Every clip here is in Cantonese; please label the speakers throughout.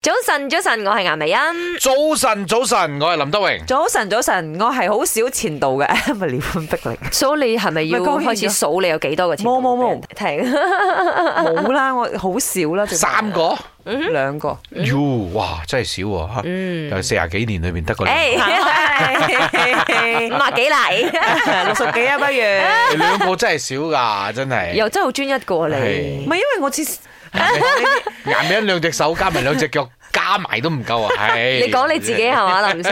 Speaker 1: 早晨，早晨，我係顏美欣。
Speaker 2: 早晨，早晨，我係林德榮。
Speaker 3: 早晨，早晨，我係好少前度嘅 Emily 潘碧玲，
Speaker 1: 所以你係咪要
Speaker 3: 咪講完咗
Speaker 1: 開始數你有幾多個前度？
Speaker 3: 冇冇冇
Speaker 1: 停。
Speaker 3: 冇啦，我好少啦，淨係
Speaker 2: 三個，
Speaker 3: 兩個，
Speaker 1: 嗯
Speaker 2: 喲，哇，真係少喎，嚇有四廿幾年裏面得個 兩
Speaker 1: 誒，
Speaker 3: 唉
Speaker 1: 哎五啊幾嚟？
Speaker 3: 六十幾啊，不 如
Speaker 2: 個，兩個真係少㗎，真係。
Speaker 1: 又真係好專一噶
Speaker 3: 唔係
Speaker 1: 你
Speaker 3: 因。為我似
Speaker 2: 眼尾兩隻手加埋兩隻腳加埋都唔夠啊，係。
Speaker 1: 你講你自己係嘛， 林生？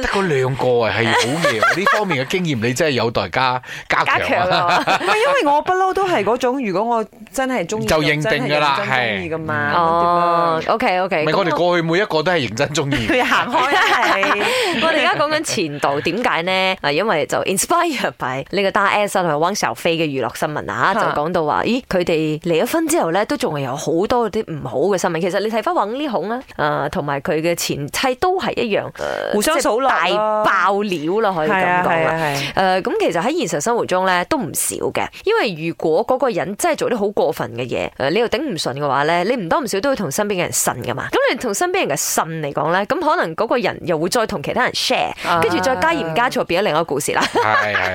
Speaker 2: 得嗰兩個啊，係好嘢喎，呢方面嘅經驗你真係有待加加
Speaker 1: 加強
Speaker 2: 強啊。
Speaker 1: 啊！
Speaker 3: 唔係因為我不嬲都係嗰種，如果我真係中意
Speaker 2: 就認定㗎啦
Speaker 3: 真係認真中意噶嘛，
Speaker 1: 哦
Speaker 3: 咁
Speaker 1: ，OK OK。
Speaker 2: 啊唔係我哋過去每一個都係認真中 意。
Speaker 3: 點啊佢行開啊 係。
Speaker 1: 我哋而家講緊前度，點解呢？嗱，因為就 inspire by 呢個 Da S 同埋汪小菲嘅娛樂新聞啊，就
Speaker 3: 嚇
Speaker 1: 講到話，咦，佢哋離咗婚之後呢，都仲係有好多啲唔好嘅新聞。其實你睇翻尹呢孔啦，誒，同埋佢嘅前妻都係一樣，誒
Speaker 3: 互相數落
Speaker 1: 即係大
Speaker 3: 咯
Speaker 1: 爆料啦，可以
Speaker 3: 係
Speaker 1: 咁
Speaker 3: 啊
Speaker 1: 講
Speaker 3: 係
Speaker 1: 啦
Speaker 3: 啊。係，
Speaker 1: 誒、呃咁其實喺現實生活中咧都唔少嘅，因為如果嗰個人真係做啲好過分嘅嘢，誒、呃你又頂唔順嘅話咧，你唔多唔少都會同身邊嘅人呻
Speaker 3: 嗯
Speaker 1: 噶嘛。咁你同身邊人嘅呻嚟講咧，咁可能嗰個人又會再同其他人 share，
Speaker 3: 啊
Speaker 1: 跟住再加鹽加醋變咗另一個故 事啦。
Speaker 2: 係係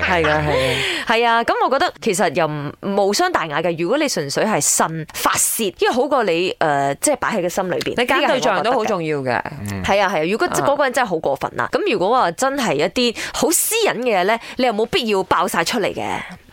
Speaker 3: 係㗎係啊。
Speaker 1: 係啊，咁我覺得其實又唔無傷大雅嘅。如果你純粹係呻發泄，因為好過你誒、呃即係擺喺個心裏邊。
Speaker 3: 你
Speaker 1: 呢
Speaker 3: 揀
Speaker 1: 個係
Speaker 3: 對象都
Speaker 1: 我
Speaker 3: 好
Speaker 1: 覺得嘅
Speaker 3: 重要嘅，
Speaker 2: 嗯
Speaker 1: 係啊係啊，如果即係
Speaker 3: 啊
Speaker 1: 嗰個人真係好過分啦，
Speaker 2: 啊
Speaker 1: 咁如果話真係一啲好私隱嘅嘢咧，你又冇必要爆晒出嚟嘅。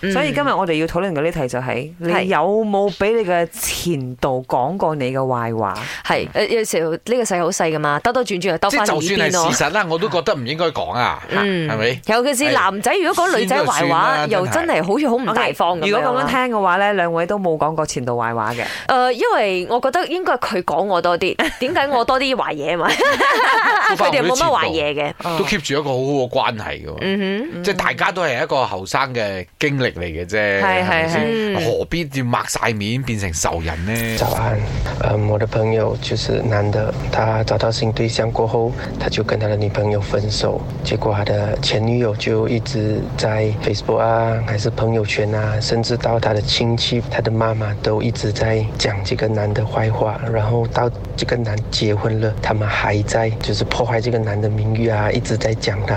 Speaker 1: 嗯
Speaker 3: 所以今日我哋要討論嘅呢題就係
Speaker 1: 係
Speaker 3: 你有冇俾你嘅前度講過你嘅壞話？
Speaker 1: 係誒有時候呢個世界好細噶嘛，兜兜轉轉又兜
Speaker 2: 嗯即係
Speaker 1: 翻
Speaker 2: 就
Speaker 1: 呢
Speaker 2: 算係
Speaker 1: 邊咯
Speaker 2: 事。實啦，我都覺得唔應該講啊，
Speaker 1: 嗯
Speaker 2: 係咪？
Speaker 1: 尤其是
Speaker 2: 係
Speaker 1: 男仔，如果講女仔壞
Speaker 2: 先就算
Speaker 1: 話，
Speaker 2: 啦
Speaker 1: 又真
Speaker 2: 真係嗯
Speaker 1: 係好似好唔大方咁樣啊
Speaker 3: OK，如
Speaker 1: 啦。
Speaker 3: 果咁樣聽嘅話咧，兩位都冇講過前度壞話嘅。
Speaker 1: 誒，因為我覺得應該係佢講我多啲，點解我多啲壞嘢 嘛？啊佢哋冇乜壞嘢嘅。
Speaker 2: 都 keep 住一個好好嘅關係嘅喎。
Speaker 1: 嗯
Speaker 2: 即係大家都係一個後生嘅經歷嚟嘅啫，
Speaker 3: 係
Speaker 2: 係咪
Speaker 3: 係
Speaker 2: 先
Speaker 1: 係
Speaker 2: 何必要擘晒面變成仇人呢？
Speaker 4: 早安，嗯，我的朋友就是男的，他找到新对象过后，他就跟他的女朋友分手，结果他的前女友就一直在 Facebook 啊，还是朋友圈啊，甚至到他的亲戚、他的妈妈都一直在讲这个男的坏话，然后到这个男结婚了，他们还在就是破坏这个男的名誉啊，一直在讲他。